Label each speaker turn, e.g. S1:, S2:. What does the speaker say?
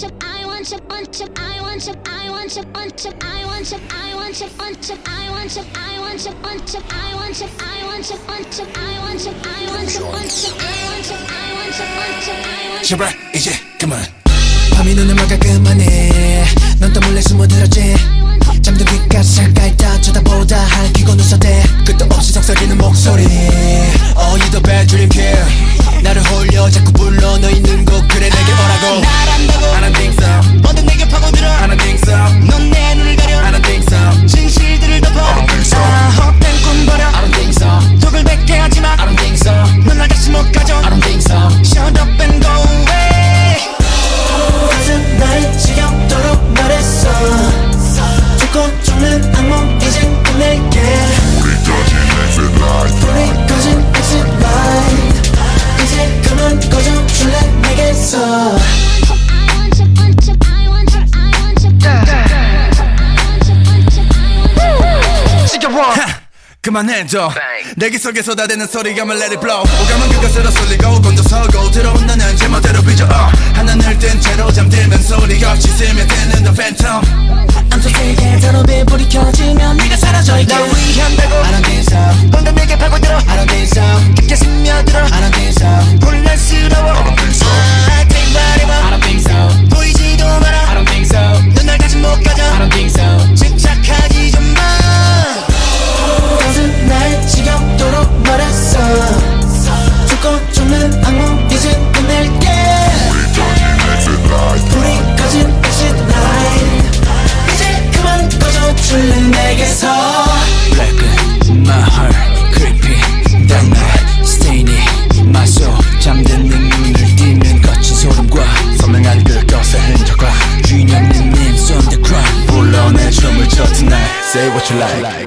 S1: want you, want you, I want you, I want you, want you, I want you, I want you, want you, I want you, I want you, want you, I want you, I want you, want you, I want you, I want you, want you, I want you, I want you, want you, I want you.
S2: 제발 이제 그만 밤이 눈을 막아 그만해 넌 또 몰래 숨어들었지 잠든 귓가에 잠깐 다 쳐다보다 할기고 눈썹대 끝도 없이 속삭이는 목소리 Oh you the bad dream kill 나를 홀려 자꾸 불러 너 있는 곳 그래 내게 오라고
S3: 날 안다고
S2: I don't think so
S3: 뭐든 내게 파고들어
S2: I don't think so
S3: 넌 내 눈을 가려
S2: I don't think so
S3: 진실들을 덮어
S2: don't think so.
S3: 아, 헛된 꿈 버려
S2: I don't think so
S3: 독을 뱉게 하지마
S2: I don't think so
S3: 넌날 다시 못 가져
S2: I don't think so
S3: Shut up and go away
S4: 가슴 날 지겹도록 말했어 죽고 죽는 악몽 이젠 끝낼게 우리 꺼진 exit light 이제 그만 꺼져 줄래 내게서
S2: 하! 그만해줘 내기 속에 쏟아대는 소리감을 let it blow 오감은 그것으로 쏠리고 곤두서고 들어온다 난 제멋대로 삐져 어. 하늘을 뜬 채로 잠들면 소리가 없이 스며드는 더 팬텀
S4: I'm so sick 해 단어에 불이 켜지면 네가 사라져 있게
S3: 날 위한다고
S2: I don't think so I
S3: 방금 내게 파고들어
S2: don't think so
S3: 깊게 스며들어
S2: I don't think so
S3: 혼란스러워 아,
S2: I
S3: 대발해봐
S2: don't think so
S3: 보이지도
S2: I
S3: 마라
S2: don't think so
S3: 넌날 다시 못
S2: I
S3: 가져
S2: don't think so
S3: 집착하지 좀마
S4: 가슴 날 지겹도록 말했어 죽고 죽는 악몽 이젠 끝낼게 우리 꺼진 exit light 이제 그만 꺼져 줄래 내게서
S2: Blacken my heart Creepy that night Stainy my soul 잠든 내 눈을 띄는 거친 소름과 선명한 그 것의 흔적과 쥐념 내 name on the ground 불러내 춤을 춰 tonight Say what you like
S4: 아, 그